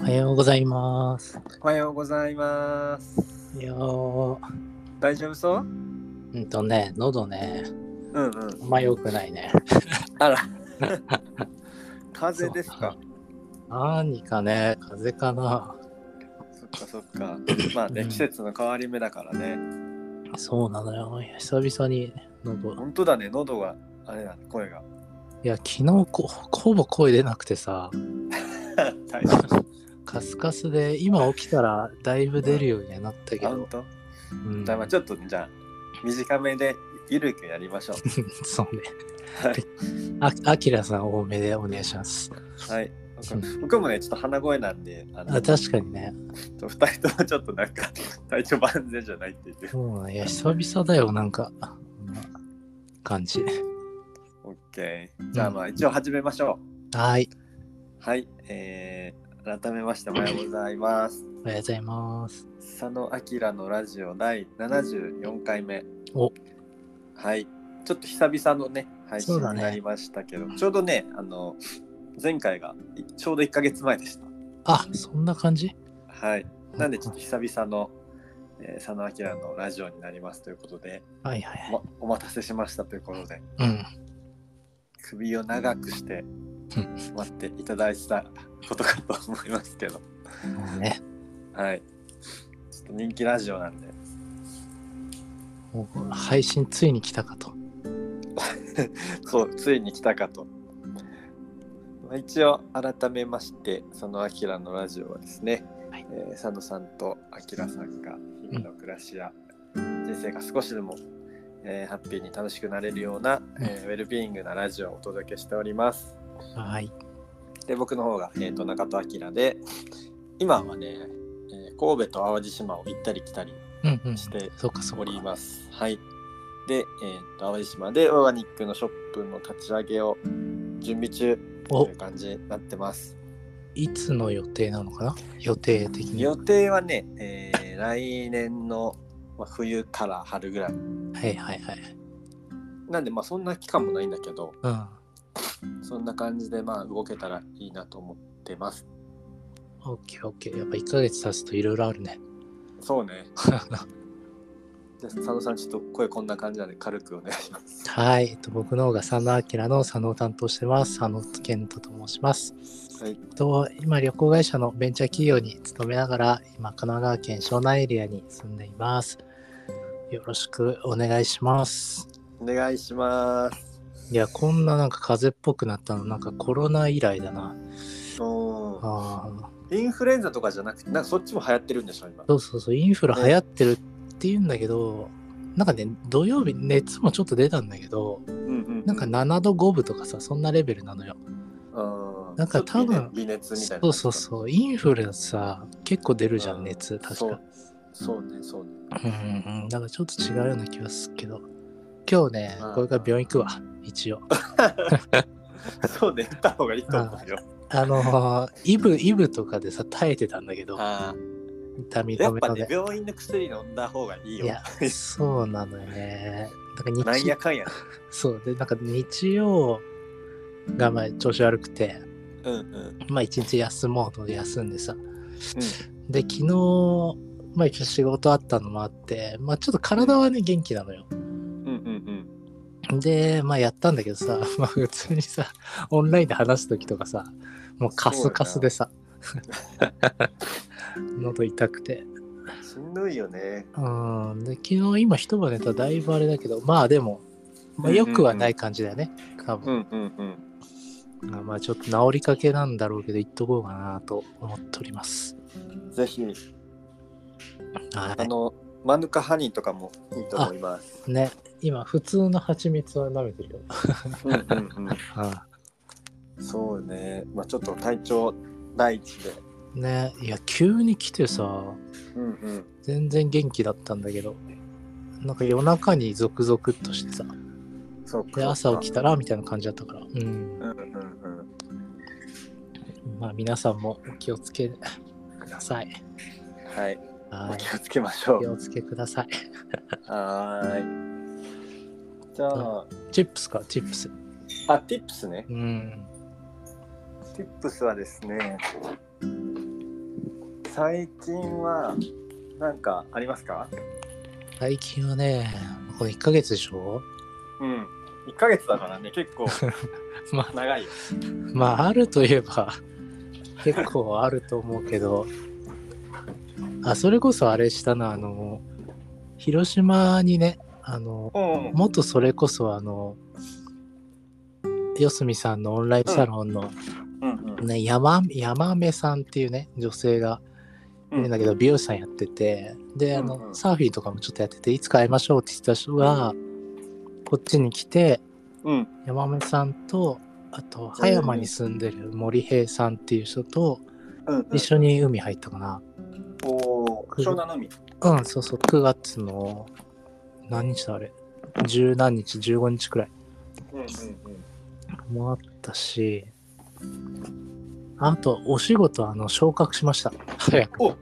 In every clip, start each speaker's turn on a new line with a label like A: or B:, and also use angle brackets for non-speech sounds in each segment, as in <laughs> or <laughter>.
A: おはようございます。
B: おはようございます。
A: いやー、
B: 大丈夫そう
A: うんとね、喉ね、
B: うんうん
A: あ。んま良くないね。
B: あら。 <laughs> 風邪ですか
A: 何かね、風邪かな。
B: そっかそっ <laughs> か。まあね、
A: うん
B: 季節の変わり目だからね。
A: そうなのよ。久々に喉。
B: 本当だね、喉が、あれだね、声 <laughs> が。
A: いや、昨日こほぼ声出なくてさ、
B: 大丈夫。
A: カスカスで、今起きたらだいぶ出るようにはなったけ
B: あ本
A: ど。
B: 当
A: うん
B: じゃあまあちょっとじゃあ、短めでゆるくやりましょ <laughs>
A: そうね。
B: はい
A: ああきらさん多めでお願いします。
B: う。はい。僕もね、ちょっと鼻声なんで、あの
A: あ確かにね。
B: ちょっと二人ともちょっとなんか、 <laughs> 体調万全じゃない <laughs> って言ってる。
A: そうねいや、久々だよ、なんか。こんな感じ。
B: オッケー。じゃあまあ一応始めましょう。
A: はい。
B: はい、えー、改めましておはようございます。
A: おはようございます。
B: 佐野明のラジオ第74回目。
A: お
B: はい、ちょっと久々のね、配信
A: そう
B: に
A: だね
B: なりましたけど、ちょうどね、あの、前回がいちょうど1ヶ月前でした。
A: あ、そんな感じ
B: はい、なんでちょっと久々の、えー佐野明のラジオになりますということで、
A: はいはいはい。
B: まお待たせしましたということで、
A: うん。
B: 首を長くして待っていただいてたことかと思いますけど。
A: もうね、
B: はい。ちょっと人気ラジオなんで。
A: もう配信ついに来たかと。
B: そう、ついに来たかと。まあ一応、改めまして、そのアキラのラジオはですね、
A: はい
B: えー佐野さんとアキラさんが日々の暮らしや、人生が少しでも、えーハッピーに楽しくなれるような、えーウェルビーイングなラジオをお届けしております。
A: はい。
B: で、僕の方が、えー、と中戸明で、今はね、えー神戸と淡路島を行ったり来たり
A: うんうん。
B: して
A: そうかそう
B: おり
A: か。
B: ます。はい。で、えー、と淡路島でオーガニックのショップの立ち上げを準備中
A: お
B: という感じになってます。
A: いつの予定なのかな予定的に。
B: 予
A: は
B: 定はね、えー来年のまあ冬から春ぐらい。
A: いはいはい。
B: なんで、まあそんな期間もないんだけど、
A: うん。
B: そんな感じでまあ動けたらいいなと思ってます。
A: オッケーオッケー。やっぱ1ヶ月経つといろいろあるね。
B: そう
A: <laughs>
B: ね。じゃあ佐野さん、ちょっと声こんな感じなんで軽くお願いします。
A: はい。えっと、僕の方が佐野明の佐野を担当してます。佐野健人と申します。
B: はい。
A: えっと今、旅行会社のベンチャー企業に勤めながら、今、神奈川県湘南エリアに住んでいます。よろしくお願いします。
B: お願いします。
A: いや、こんななんか風邪っぽくなったの、なんかコロナ以来だな。
B: うん
A: ああ、
B: インフルエンザとかじゃなくて、なんかそっちも流行ってるんでしょ、今。
A: そうそうそう、インフル流行ってるって言うんだけど、なんかね、土曜日熱もちょっと出たんだけど、
B: うんうん
A: なんか7度5分とかさ、そんなレベルなのよ。
B: うん
A: なんか多分
B: ちょっと微熱みたいな
A: そうそうそう、インフルさ、結構出るじゃん、熱、確か。
B: そううそうねそうね
A: んうんうん、なんかちょっと違うような気がするけど、今日ね
B: うん、
A: これから病院行くわ、一応。
B: そうね行った方がいいと思うよ
A: あのー、イブ、イブとかでさ、耐えてたんだけど、
B: あ
A: 痛み
B: ーや
A: 止
B: っ
A: め
B: ぱ
A: の
B: ね
A: で。
B: 病院の薬飲んだ方がいい
A: い
B: よ
A: や、そうなのよね。なん
B: な
A: か
B: ん
A: 日
B: やかんや
A: そうでなんか日曜がまあ調子悪くて
B: うんうんうん
A: まあ一日休もうと休んでさで昨日まあ一応仕事あったのもあってまあちょっと体はね元気なのよ
B: うんうん
A: でまあやったんだけどさ <laughs> まあ普通にさオンラインで話す時とかさもうカスカスでさ <laughs> 喉痛くて
B: うんしんどいよね
A: うんで昨日今一晩寝たらだいぶあれだけどまあでも、まあ、よくはない感じだよね多分
B: うんうんうん
A: まあまあちょっと治りかけなんだろうけど言っとこうかなと思っております。
B: ぜひ
A: は
B: あのマヌカハニーとかもいいと思います
A: い。ね、今普通の蜂蜜は舐めてるよ。
B: うんうん
A: あ
B: うんそうねまあちょっと体調第一で
A: あね、いや急に来てさ、
B: うんうん
A: 全然元気だったんだけど、なんか夜中にゾクゾクっとしてさ、
B: そう
A: で
B: か
A: 朝起
B: き
A: きたらみたいな感じだったから、うん。
B: うんうんうん
A: まあ皆さんもお気をつけください。
B: はいお
A: はい。
B: 気をつけましょ
A: お気
B: う
A: をつけください。
B: はーいじゃあ
A: チップスか、チップス。
B: あ、ティップスね。
A: うん。
B: ティップスはですね、最近はなんかありますか
A: 最近はね、これ1ヶ月でしょ
B: うん。1ヶ月だからね、結構
A: <laughs> まあ、
B: 長いよ。
A: まあ、あるといえば、 <laughs> 結構あると思うけど、あ、それこそあれしたな、あの、広島にね、あの、
B: うん。
A: 元それこそあの、四隅さんのオンラインサロンの、
B: うんうん。
A: ね、山、山目さんっていうね、女性がいるんだけど、美容師さんやってて、で、あ
B: うんう
A: の、
B: ん
A: サーフィンとかもちょっとやってて、いつか会いましょうって言ってた人が、こっちに来て、
B: うん。
A: 山目さんと、あと、葉山に住んでる森平さんっていう人と、
B: うん。
A: 一緒に海入ったかな。
B: おー湘南の海。
A: うん、そうそう、9月の、何日だあれ、十何日、15日くらい
B: うんうん
A: もあったし、あと、お仕事、あの、昇格しました。早く。
B: うん。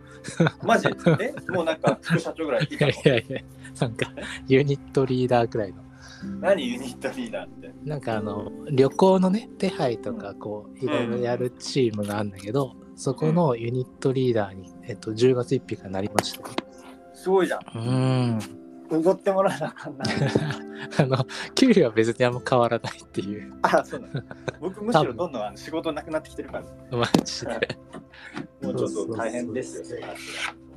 B: マジえもうなんか副社長ぐらいい
A: い
B: た
A: や
B: の
A: い <laughs> やいや、なんか、ユニットリーダーくらいの。
B: 何ユニットリーダーって。
A: なんかあの、旅行のね、手配とか、こう、いろいろやるチームがあるんだけど、そこのユニットリーダーに、えっと、10月1日からなりました。
B: すごいじゃん。
A: うん。
B: 踊ってもらわなあかんな。
A: あの、給料は別にあんま変わらないっていう。 <laughs>
B: あ、そうなの。僕むしろどんどんあの仕事なくなってきてるから。
A: マジで。
B: もうちょっと大変ですよ、生活が。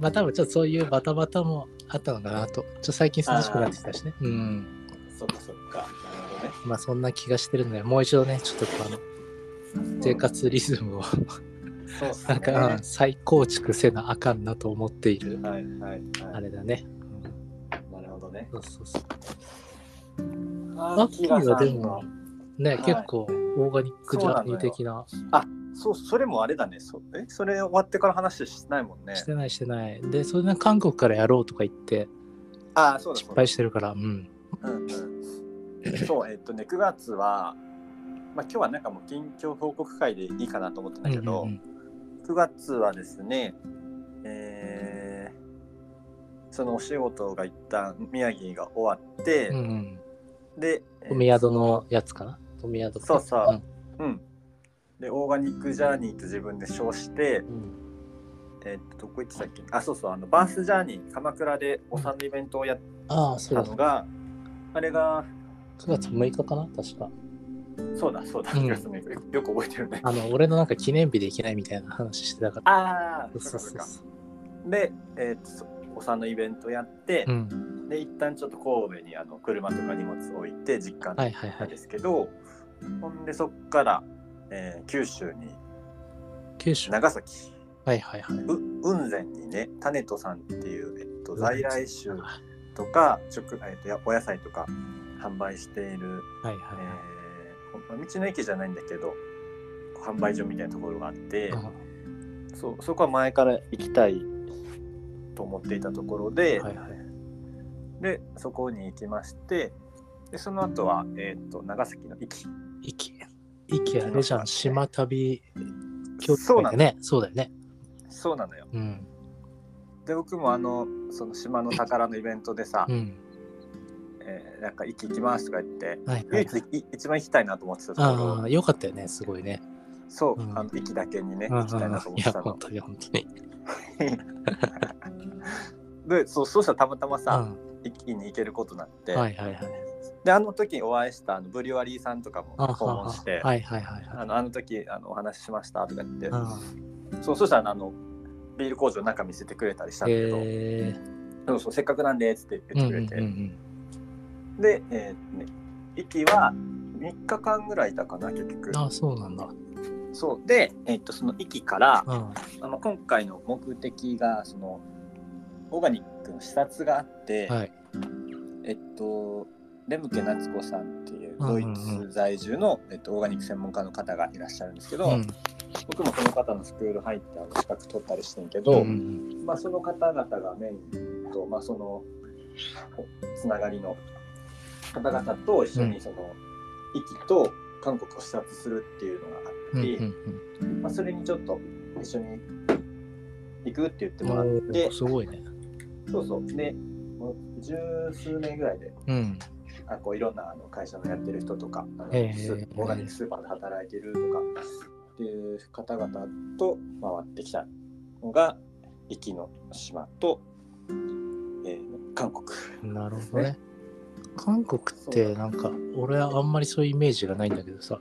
A: まあ多分ちょっとそういうバタバタもあったのかなと。ちょっと最近涼しくなってきたしね。うん。
B: そっかそっか。なる
A: まあそんな気がしてるので、もう一度ね、ちょっとこうあの、
B: ほどね。
A: 生活リズムを、 <laughs>
B: そうっすね。
A: なんか、うん再構築せなあかんなと思っている。
B: はいはい
A: あ
B: はい。
A: れだね。
B: なるほどね。
A: うん、そうそうそ
B: あ
A: キーはでもう。ね、
B: はい
A: 結構、オーガニックジャーニー的な。
B: そう、それもあれだね。そえそれ終わってから話してないもんね。
A: してないしてない。で、それで韓国からやろうとか言って、
B: ああ、そうだ
A: 失
B: そうだ
A: 敗。してるから、うん。
B: うんうん、そう、えっとね、9月は、まあ、今日はなんかもう近況報告会でいいかなと思ってんだけど、
A: うんうんうん
B: 9月はですね、えーそのお仕事が一旦宮城が終わって、
A: うんうん。
B: で、
A: 富宿のやつかな富宿か
B: そうそううん。で、オーガニックジャーニーと自分で称して、
A: うん。うん
B: えっと、どこ行ってたっけあ、そうそう、あの、バースジャーニー、鎌倉でお産のイベントをやっ
A: ああ、そ
B: た
A: うだ。
B: のが、あれが、
A: 9月6日かな確か。
B: そうだそうだ、
A: うん
B: 9月6日よく覚えてるね。
A: あの、俺のなんか記念日できないみたいな話してたから。
B: ああ、
A: そ
B: そうう
A: そ
B: そうう
A: そ
B: か。
A: う。
B: で、えっとそお産のイベントやって、
A: うん。
B: で、一旦ちょっと神戸にあの車とか荷物置いて、実家に
A: はいはい
B: な
A: は
B: ん
A: い
B: で。すけど、ほんで、そっから、えー九州に、
A: 九州。はい
B: 長崎、
A: はいはい。
B: う雲仙にね、タネトさんっていう、えっと、
A: うん
B: 在来種とか、食えっとやお野菜とか販売している、
A: はい
B: え
A: はいは
B: ーほんま道の駅じゃないんだけど、販売所みたいなところがあって、
A: い。うん
B: そうそこは前から行きたいと思っていたところで、
A: はいはい。
B: でそこに行きましてでその後は、えー、と長崎の壱岐
A: 息。息あれじゃん。島旅協
B: そう
A: 会
B: な
A: だ
B: んだ
A: ね。そうだよね。
B: そうなのよ
A: うん。
B: で僕もあのその島の宝のイベントでさ「
A: うん。
B: えーなんか壱岐行きます」とか言って
A: はいは
B: 唯
A: い。
B: 一い一番行きたいなと思ってたとこ
A: あ
B: ろ
A: あ、よかったよね。すごいね。
B: そう、
A: うん
B: あの壱岐だけにね
A: うんう
B: 行
A: ん
B: きたいなと
A: うん。
B: 思
A: い
B: って
A: や、
B: たの
A: 本、当に本当に。
B: でそうそうしたらたまたま
A: う
B: さ
A: ん。
B: 壱岐、に行けることになって、
A: はいはいはい。
B: であの時にお会いしたあのブリュワリーさんとかも
A: あは
B: 訪問して。
A: ははいはいはいは
B: あのあの時あのお話ししましたとか言って
A: い。あ
B: そうそしたらあのビール工場の中見せてくれたりした
A: あ
B: んだけど、
A: へえ。
B: そうそうせっかくなんでっつって
A: うん
B: 言
A: うん
B: ってく
A: う
B: れ
A: ん
B: て、
A: うん。
B: で、えーね、息は3日間ぐらいいたかな結局
A: ああ、そうなんだ。
B: そうで、えーっとその息から、
A: うん。
B: あの今回の目的がそのオーガニックの視察があって、
A: はい。
B: えっとレムケ夏子さんっていう
A: うんうん
B: ドイ
A: うん
B: ツ在住の、えっと、オーガニック専門家の方がいらっしゃるんですけど、
A: うん
B: 僕もこの方のスクール入ってあの資格取ったりしてんけ
A: う
B: ど、
A: ん
B: まあ、その方々がメインと、まあ、そのおつながりの方々と一緒
A: うん
B: にその息と韓国を視察するっていうのがあ
A: うんうん
B: っ
A: う
B: て、
A: んうん。
B: まあ、それにちょっと一緒に行くって言ってもらっ
A: お
B: て
A: ーすごいね。
B: そうそうでもう十数年ぐらいで
A: うん。
B: あこういろんなあの会社のやってる人とかあの
A: ええ
B: スーオーガニックスーパーで働いてるとかっていう方々と回ってきたのが壱岐の島と、えー韓国
A: なるほどね。韓国ってなんか俺はあんまりそういうイメージがないんだけどさ。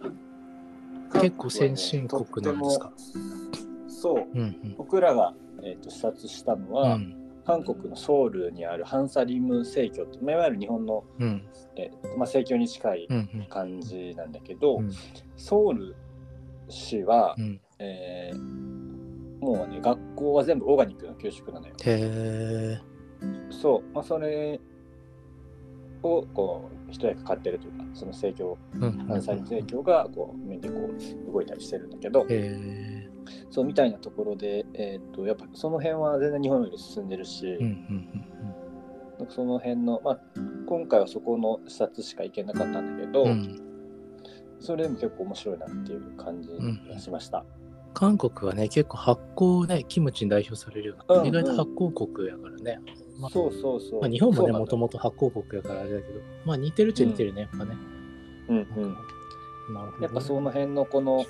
A: 結構先進国なんですか
B: 韓国はねとってもそう
A: うん
B: 僕らが、えー、と視察したの
A: うん。
B: は、
A: うん
B: 韓国のソウルにあるハンサリム正教って、まあ、いわゆる日本の、
A: うん
B: えーまあ、正教に近い
A: うん
B: 感じなんだけど、
A: うん
B: ソウル市は、
A: うん。
B: えーもうね学校は全部オーガニックの給食なのよ。
A: へえ。
B: そう、まあ、それをこう一役買ってるというかその正教
A: うんうんう
B: ハンサリム正
A: ん。
B: 教がこう面でこう動いたりしてるんだけど、
A: へえ。
B: そうみたいなところで、えー、とやっぱその辺は全然日本より進んでるし、
A: うんうん
B: なんかその辺の、まあ、今回はそこの視察しか行けなかったんだけど、
A: うんうん。うん
B: それでも結構面白いなっていう感じがしました。
A: 韓国はね結構発酵ねキムチに代表されるよう
B: うんう
A: なん意外と発酵国やからね。まあ
B: そうそうそう。
A: まあ日本もねもと
B: も
A: もと発酵国やからあれだけどまあ似てるっちゃ似てるねやっぱね。
B: と。うんう
A: な
B: ん。
A: るほどね。
B: やっぱその辺のこの、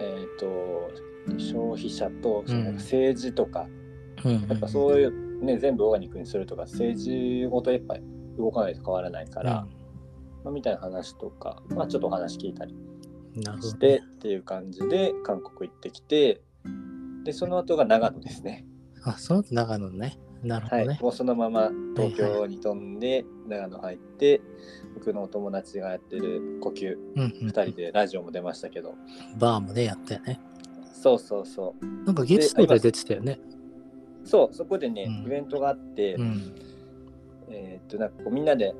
B: えっ、と、消費者とその政治とか、
A: うんうんうん。
B: やっぱそういう、ね、全部オーガニックにするとか、政治ごとやっぱり動かないと変わらないから、まあ、みたいな話とか、まあ、ちょっとお話聞いたり
A: うんなるほ
B: し
A: ど
B: て
A: ね。
B: っていう感じで、韓国行ってきて、で、その後が長野ですね。
A: あその後長野ね。なるほ
B: は
A: ど
B: い
A: ね、。
B: もうそのまま東京に飛んで長野入って僕のお友達がやってる呼吸
A: うんうん
B: 2人でラジオも出ましたけど
A: バーもねやったよね。
B: そうそうそ
A: なんかゲストで出てたよね。
B: うそうそこでね
A: うん
B: イベントがあって
A: うん。
B: えーっとなんかこうみんなで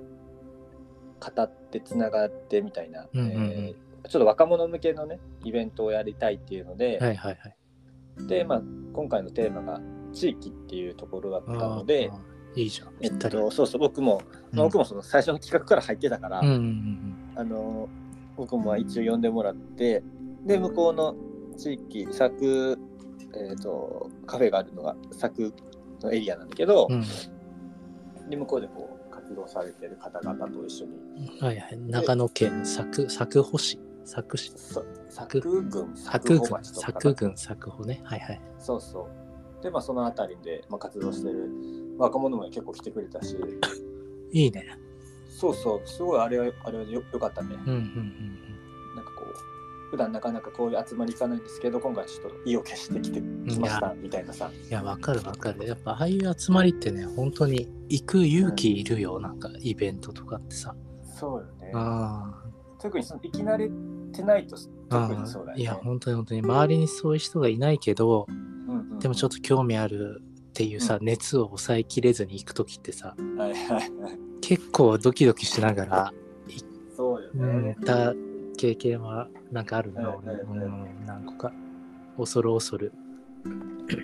B: 語ってつながってみたいな
A: うんうんうん
B: えーちょっと若者向けのねイベントをやりたいっていうの
A: は
B: で
A: いはいはい。
B: でまあ今回のテーマが地域っていうところだった
A: あ
B: の
A: ー
B: で。
A: いいじゃん。ぴ
B: えっ
A: ったり。
B: と、そうそう僕も、まあ僕もその最初の企画から入ってたから、
A: うんうんうん
B: あの僕も一応呼んでもらってで向こうの地域作、えー、とカフェがあるのが作のエリアなんだけど、
A: うん。うん
B: で向こうでこう活動されてる方々と一緒に
A: はいはい。長野県佐久佐久保市。佐久市。
B: そ作
A: 作
B: 群
A: 佐
B: 作
A: 久
B: 保
A: 郡。
B: 町とか
A: 佐久郡佐久保ね。はいはい。
B: そうそうでまあその辺りで、まあ、活動してる若者も結構来てくれたし
A: いいね。
B: そうそうすごいあれはあれはよよかったね、
A: うんうん
B: なんかこう普段なかなかこういう集まり行かないんですけど今回ちょっと意を決してきて
A: うんう
B: き
A: ん。い
B: まし
A: や
B: たみたいなさ
A: いやわかるわかる。やっぱああいう集まりってね本当に行く勇気いるよ、なんかイベントとかってさ。
B: そうよね
A: あ
B: 特にその生き慣れてないと
A: あ。
B: 特にそうだ
A: う
B: よ
A: ん
B: ね。
A: いや本当に本当に周りにそういう人がいないけど、
B: うんうん
A: でもちょっと興味あるっていうさ、
B: う
A: 熱を抑えきれずに行く時ってさ
B: はいはいはい
A: 結構ドキドキしながら
B: そうよ
A: 行
B: ね
A: っ。た経験はなんかあるの、
B: うんうんうん
A: うん何個か恐る恐る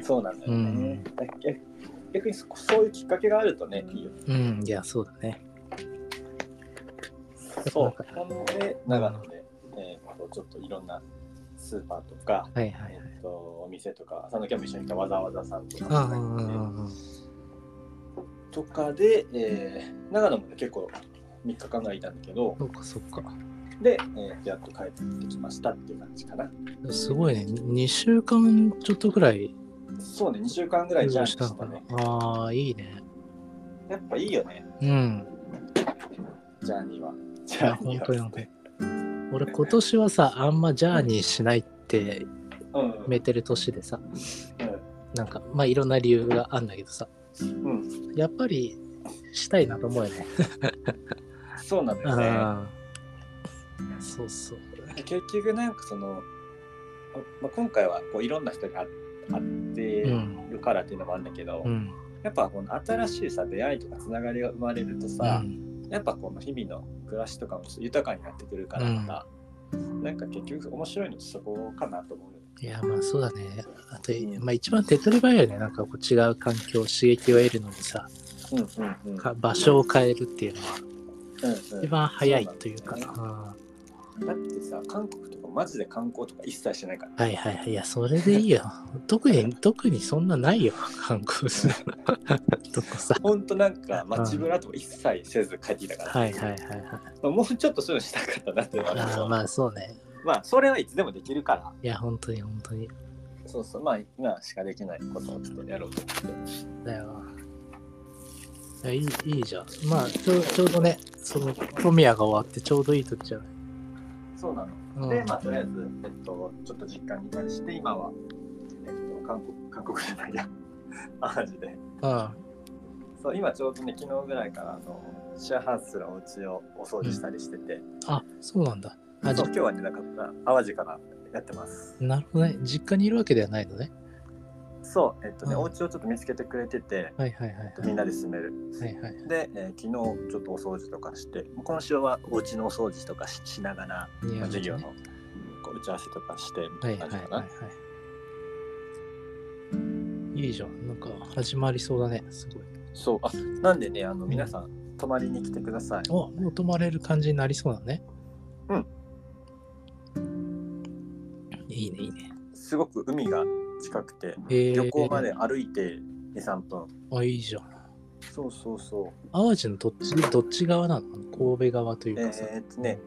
B: そうなんだよね。だけ逆にそそういうきっかけがあるとね、いいよね。
A: うんいやそうだね
B: そ
A: そうう。
B: ほんで、長野で、えーとちょっといろんなスーパーとか、
A: はいはいはい
B: えーとお店とか、朝のキャンプ一緒に行ったわざわざさんと
A: あ
B: か
A: あ
B: も入って
A: あ
B: とかで、えー長野もね結構3日間がいたんだけど、
A: そっかそっか
B: で、えーやっと帰ってきましたっていう感じかな。
A: すごいね2週間ちょっとぐらい
B: そうね、2週間ぐらいジャンプ
A: したの
B: し
A: か
B: た
A: な
B: ね。
A: ああいいね
B: やっぱいいよね。
A: うん
B: ジャーニーは。ジ
A: いや本当に本当に俺今年はさあんまジャーニーしないって
B: うん
A: 決めてる年でさなんかまあいろんな理由があるんだけどさ
B: うん、うん、
A: やっぱりしたいなと思うよね。
B: そうなんだよね。
A: ああそうそう。
B: 結局なんかその、あまあ、今回はこういろんな人に会会って
A: うん。
B: るからっていうのもあるんだけど、
A: うん。
B: やっぱこの新しいさ出会いとかつながりが生まれるとさ
A: う、ん
B: やっぱこの日々の暮らしとかも豊かになってくるからさ、なんか結局面白いのってそこかなと思うよね。
A: いや、まあそうだね。あと、まあ一番手っ取り早いよね。なんかこう違う環境、刺激を得るのにさ、
B: うんうんうん
A: か場所を変えるっていうのは
B: うんうん
A: 一番早いというか。あ
B: だってさ韓国とかマジで観光とか一切してないから
A: あはいはいはい。いや、それでいいよ。 <laughs> 特に、特にそんなないよ。 <laughs> 観光する <laughs> とこさ。
B: ほんとなんか街ぶらとか一切せず帰ってきたから、
A: はいはいはいはい。
B: まあもうちょっとそういうのしたかったなっていうのはあるけ
A: ああ
B: ど
A: まあそうね。
B: まあそれはいつでもできるから
A: いや、本当に本当に。
B: そうそう、まあ今しかできないことをちょっとやろうと思って。
A: だよ。いやいいいいじゃん。まあちょう、ちょうどね、その、富谷が終わってちょうどいい時じゃない。
B: そうな
A: う
B: の。
A: ん、
B: で、まあとりあえず、えっと、ちょっと実家に帰して、今は、えっと、韓国、韓国じゃないや、 <laughs> 淡路で。そう、今ちょうどね、昨日ぐらいから、あの、シェアハウスのお家をお掃除したりしてて、
A: うん。あ、そうなんだ。あ、じ
B: そ
A: ゃ
B: う今日はね、なかった、淡路からやってます。
A: なるほどね。実家にいるわけではないのね。
B: そう、えっとね、
A: うん
B: お家をちょっと見つけてくれてて、
A: はいはいはいはい。
B: みんなで住める。
A: はいはいはい。
B: で、えー昨日ちょっとお掃除とかして、今週はお家のお掃除とかししながら、
A: いや
B: まあ授業のこう打ち合わせとかしてみた
A: はいい
B: な
A: はい
B: 感じ
A: は
B: か
A: い
B: な。
A: はい。いいじゃん。なんか始まりそうだね。すごい。
B: そう、あなんでね、あの皆さん、泊まりに来てください。
A: おもう泊まれる感じになりそうだね。
B: うん。
A: いいね、いいね。
B: すごく海が近くて、
A: えー、
B: 旅行まで歩いて2、3分。
A: あ、いいじゃん。
B: そうそうそう。
A: 淡路のどっち、どっち側なの神戸側という
B: え
A: かさ。
B: ーっとね、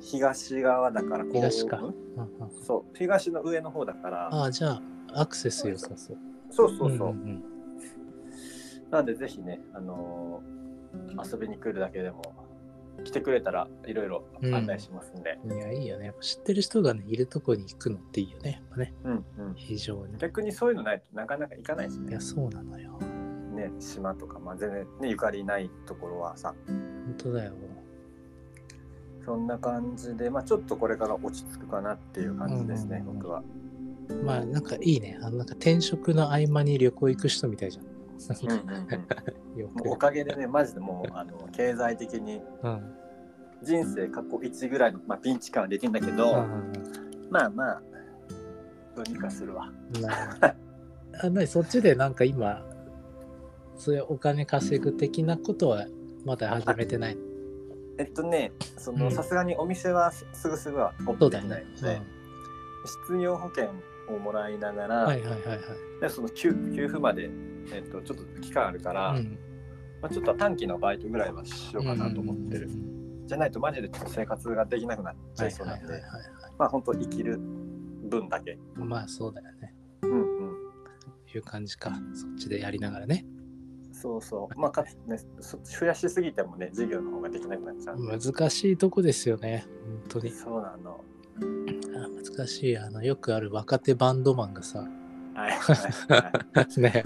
B: 東側だから、こう
A: 東かうんうん
B: そう、東の上の方だから、
A: ああ、じゃあ、アクセス良さそう。
B: そうそうそう。
A: んんん
B: なんでぜひね、あのー遊びに来るだけでも来てくれたらいろいろ案内しますんで、
A: いや、いいよね。やっぱ知ってる人がね、いるとこに行くのっていいよね。やっぱね、
B: うんうん
A: 非常に。
B: 逆にそういうのないとなかなか行かないです
A: い
B: ね
A: や、そうなのよ。
B: ね島とか、まあ、全然、ね、ゆかりないところはさ
A: 本当だよ。
B: そんな感じで、まあ、ちょっとこれから落ち着くかなっていう感じですね、
A: うんうんうん
B: 僕は、
A: まあ、なんかいいね。あの、なんか転職の合間に旅行行く人みたいじゃん。
B: うんうんうん
A: よ
B: もうお
A: く。
B: かげでねマジでもうあの経済的に
A: うん。
B: 人生過去1ぐらいの、まあ、ピンチ感はできるんだけど、
A: うん
B: まあまあどうにかするわ
A: なるほどあなにそっちでなんか今そういうお金稼ぐ的なことはまだ始めてない
B: えっとね、そうの
A: ん
B: さすがにお店はすすぐすぐはオ
A: そ
B: ープン
A: う
B: で
A: だ
B: き
A: よ
B: ない
A: ね、
B: の
A: う
B: で、失業保険をもらいながら、
A: ん、はいはいはい
B: でその給給付まで、えっと、ちょっと期間あるから、
A: はい、うん、
B: まあ、ちょっと短期のバイトぐらいはしようかなと思ってる、
A: うん
B: じゃないとマジでちょっと生活ができなくなっちゃ
A: はいい
B: そう
A: は
B: ないんで、
A: はいはい
B: まあ本当生きる分だけ、
A: まあそうだよね
B: うんうん、
A: いう感じかそっちでやりながらね
B: そうそうまあかつねそ増やしすぎてもね事業の方ができなくなっちゃうんで、
A: 難しいとこですよね本当に
B: そうなの
A: あ難しいあのよくある若手バンドマンがさ <laughs>
B: はいはいは
A: ね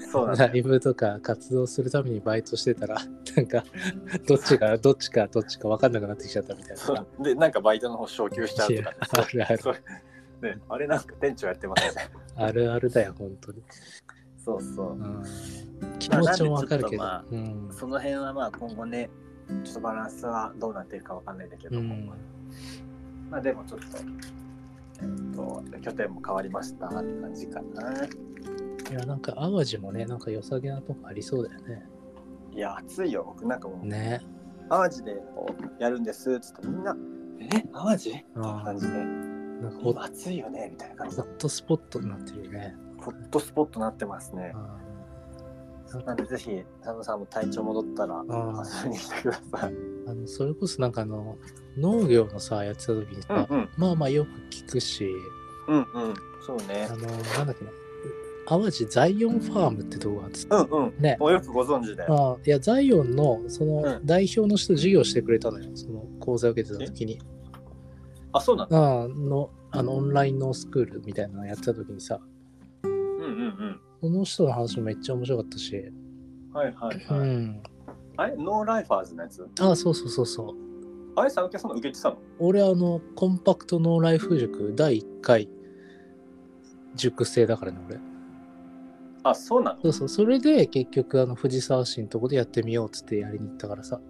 B: いそうなの
A: ライブとか活動するためにバイトしてたら <laughs> なんかどっち
B: <laughs>
A: がどっちかどっちか分かんなくなってきちゃったみたいな
B: そうでなんかバイトの方昇給しちゃうとかね
A: あるある
B: そうね、あれなんか店長やってますね。
A: あるあるだよ、本当に。
B: <laughs> そうそ
A: う。
B: う
A: ん、気持ちもわかるけど。
B: まあ
A: うん
B: その辺はまあ今後ね、ちょっとバランスはどうなっていくかわかんないんだけど、
A: うん
B: まあでもちょっと、えっと、拠点も変わりましたって感じかな。
A: いや、なんか淡路もね、なんか良さげなとこありそうだよね。
B: いや、暑いよ。僕なんかもう、
A: ね。
B: 淡路でこうやるんですっつってみんな、え、淡路って感じで、
A: なんかホ
B: 今
A: ッ
B: 暑いよねみたいな感じ
A: ホ
B: で、
A: ットスポットになってるよね。
B: ホットスポットになってますね
A: う。ん
B: なんでぜひ、佐野さんも体調戻ったら、
A: あ
B: 遊びに来てください。
A: あのそれこそなんかあの農業のさやってた時に
B: う
A: さ、
B: んうん。
A: まあまあよく聞くし
B: うんうん。そうね
A: あ。のなんだっけな淡路ザイオンファームってとこがあってさ
B: うんうん。
A: ね
B: およくご存知で。
A: あいやザイオンのそうの代表の人授業してくれたのよその講座を受けてた時に
B: あ、そうなんだ。
A: あのあのオンラインのスクールみたいなのやってた時にさ
B: うんうん
A: その人の話もめっちゃ面白かったし、
B: うん。はいはいは
A: う
B: い。
A: ん
B: あれノーライファーズのやつ
A: あそうそうそうそう
B: あれ、さんけさんの受けてたの
A: 俺あのコンパクトノーライフ塾第1回塾生だからね俺
B: あ、そうなの
A: そうそうそれで結局あの藤沢市のとこでやってみようっつってやりに行ったからさ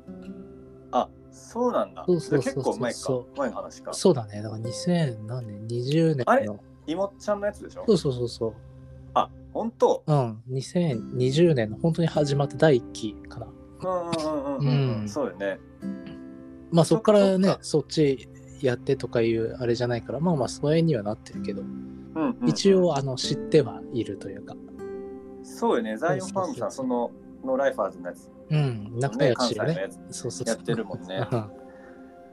B: あ、そうなんだ。
A: そうそうそう
B: 結構前か
A: そ。
B: 前の話か。
A: そうだねだから2000何年20年
B: あれ
A: の
B: いもっちゃんのやつでしょ
A: そうそうそうそう
B: あ、ほんと
A: うん2020年の本当に始まって第1期かな
B: うんうんうんうん。う、
A: うんん
B: そうよね。
A: まあそっから
B: そっ
A: ね
B: か
A: そっちやってとかいうあれじゃないからまあまあ疎遠にはなってるけど、
B: うんうんうん
A: 一。応あの知ってはいるというか
B: そうよね。ザイオンファームさん、
A: そ
B: そのノーライファーズのやつ。
A: うん仲
B: ね
A: 良
B: 関
A: し
B: 西
A: よ
B: の
A: ね
B: やつ
A: そうそうそう
B: やってるもんね。
A: うん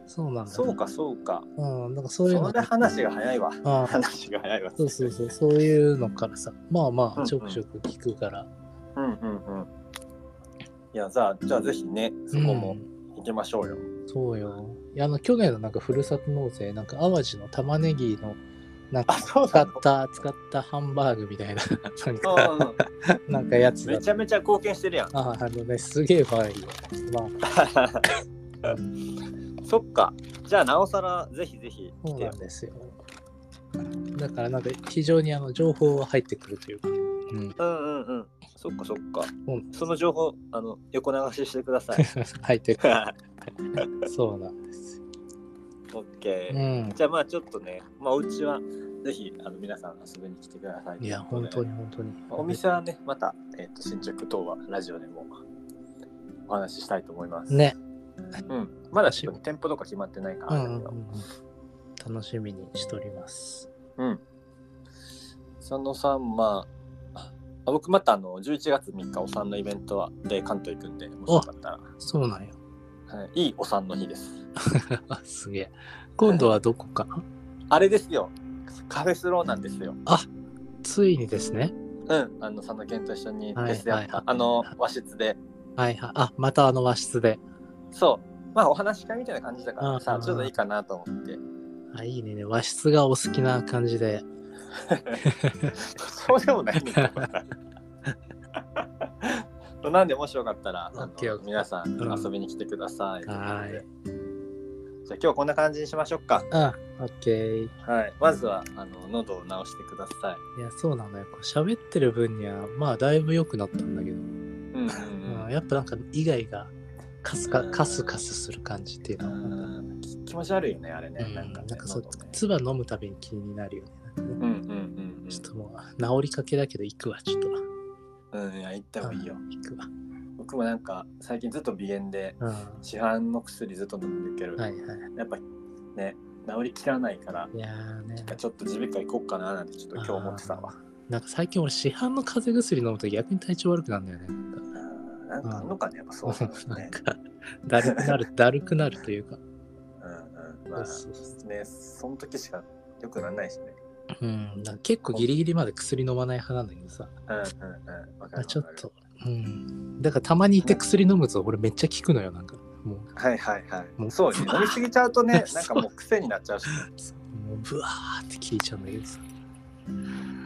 A: そうなんだ、ね。
B: そうかそうか。
A: うん、なんかそういう
B: そ
A: の
B: れ話が早いわ。
A: ああ
B: 話が早いわ。
A: そうそうそう、そういうのからさ、まあま
B: うんう
A: あ、
B: ん
A: ちょくちょく聞くから。
B: うんうんうん。いやさあじゃあぜひねそこも行きましょうよ。
A: そうよ。いやあの、去年のなんかふるさと納税、なんか淡路の玉ねぎの、なん
B: あ
A: か
B: そう
A: 使
B: だ
A: っ。た、使ったハンバーグみたいな、 <laughs> なんか、 <laughs>
B: うんうん
A: なんかやつだ
B: め。ちゃめちゃ貢献してるやん。
A: ああ、あのね、すげえバイよ。ま
B: そっか。じゃあなおさらぜひぜひ
A: あ、そ
B: 来
A: う
B: て
A: な
B: よ
A: ん。ですよ。だから、なんか、非常にあの情報が入ってくるというか、うん、 <laughs>
B: うんうんうん。そっかそっか
A: うん。
B: その情報あの横流ししてください。
A: 入ってく
B: オッ <laughs>
A: る。そうなんですよ。
B: ケ
A: う
B: ー。
A: ん。
B: じゃあまあちょっとね、まあお家はぜひあの皆さん遊びに来てください。
A: いや、本当に本当に。
B: お店はね、また、えっと新宿等はラジオでもお話ししたいと思います。
A: ね。
B: うん、まだちょっと店舗とか決まってないか
A: う
B: らあ
A: ん
B: れだ
A: うん
B: け
A: う
B: ど、
A: んうん、楽しみにしております。
B: うん、佐野さん、まあ、あ僕またあの11月3日、お産のイベントはで関東行くんで、もしよかった
A: そうなんよ。 <laughs>
B: ら、はい、いいお産の日です。
A: あすげえ。今度はどこかな
B: あれですよ、カフェスローなんですよ。
A: ついにですね。
B: うん、あの佐野健と一緒にフ
A: はい
B: ェスや
A: はい
B: った、
A: はい
B: あの和室で、
A: はいはい。あ、またあの和室で。
B: そう、まあお話し会みたいな感じだから
A: う
B: さ、
A: ん
B: ちょうどいいかなと思って。
A: あ、いいね。和室がお好きな感じで。
B: そうでもないんだよなんでもしよかったら、あの
A: OK OK
B: 皆さん
A: うん
B: 遊びに来てください。
A: はい
B: じゃあ今日はこんな感じにしましょうか。
A: うん。オッケー。い
B: はい。まずはあの喉を治してください。
A: や、そうなのよ。こう喋ってる分には、まあ、だいぶ良くなったんだけど。
B: うん
A: うん、やっぱなんか、以外が、カスカ
B: うん
A: カスカスする感じっていう
B: う
A: のは、なんか、
B: んうん。き気持ち悪いよねあれね。
A: うん、
B: な
A: なんん
B: か
A: か
B: ね
A: そう
B: 喉ね、
A: 唾飲むたびに気になるよね。なんかね
B: うんうんうん
A: ちょっともう、治りかけだけど、行くわ、ちょっと。
B: うん。うんいや行ってもいいよ。
A: 行くわ。
B: 僕もなんか最近ずっと鼻炎で
A: うん。
B: 市販の薬ずっと飲んでるけど、
A: はいはい。
B: やっぱね治りきらないから。
A: いやーね。
B: ちょっと耳鼻科行こうかななんてちょっと今日思ってたわ。
A: なんか最近俺市販の風邪薬飲むと逆に体調悪くなるんだよね。
B: うんなんかあんのかね、やっぱそうなんです
A: な
B: ね
A: ん。か、だるくなる、だるくなるというか。
B: うんうん。ま
A: そうそ
B: あ、ね、その時しか良くならないしね。
A: うん、なんか結構ギリギリまで薬飲まない派なんだけどさ。
B: うんうんうん。わかるわか
A: あ
B: る。
A: ちょっと、うん。だからたまにいて薬飲むと俺めっちゃ効くのよ、なんか。もう、
B: はいはいは
A: も
B: い。
A: う、
B: そうね。飲みすぎちゃうとね
A: <laughs>
B: なんかもう癖になっちゃうし。
A: もうブワーって効いちゃうんだけどさ。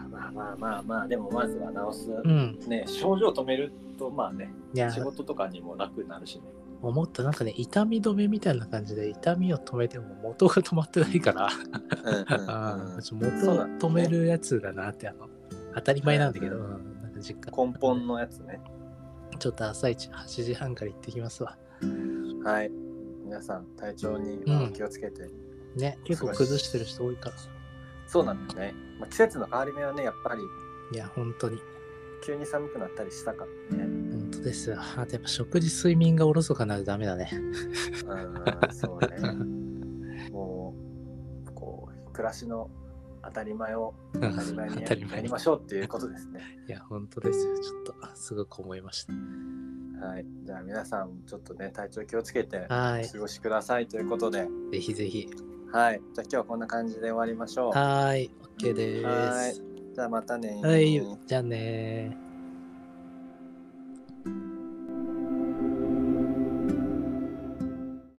B: まあまあまあまあ、でもまずは治
A: う
B: す。
A: ん。
B: ね、症状止めると、まあね、
A: いや
B: 仕、事とかにも楽になるしね。
A: 思ったなんかね、痛み止めみたいな感じで痛みを止めても元が止まってないから、
B: うんうん
A: あ
B: う
A: あ
B: ん
A: ちょ元を止めるやつだなって、あの、当たり前なんだけど、
B: う
A: うんなんか実家。
B: 根本のやつね。
A: ちょっと朝一8時半から行ってきますわ。
B: はい。皆さん、体調には気をつけて。
A: ね、結構崩してる人多いから。
B: そうなんだよね。まあ、季節の変わり目はね、やっぱり
A: いや、本当に。
B: 急に寒くなったりしたからね。
A: 本当ですよ。あとやっぱ食事、睡眠がおろそかになるとダメだね。
B: うんそう
A: <laughs>
B: ね。もう、こう、暮らしの当たり前を
A: 当
B: 当たり前にや
A: たり
B: や
A: 前
B: り
A: に。
B: ましょうっていうことですね。
A: いや、本当ですよ。ちょっと、すごく思いまし
B: はい。じゃあ皆さん、ちょっとね、体調気をつけて
A: た。はい。
B: お過ごしくださいということで、はい。
A: ぜひぜひ。
B: じゃあ今日はこんな感じで終わりましょう。
A: はい。OK です。
B: はいじゃあまたね。
A: はい。じゃあねー。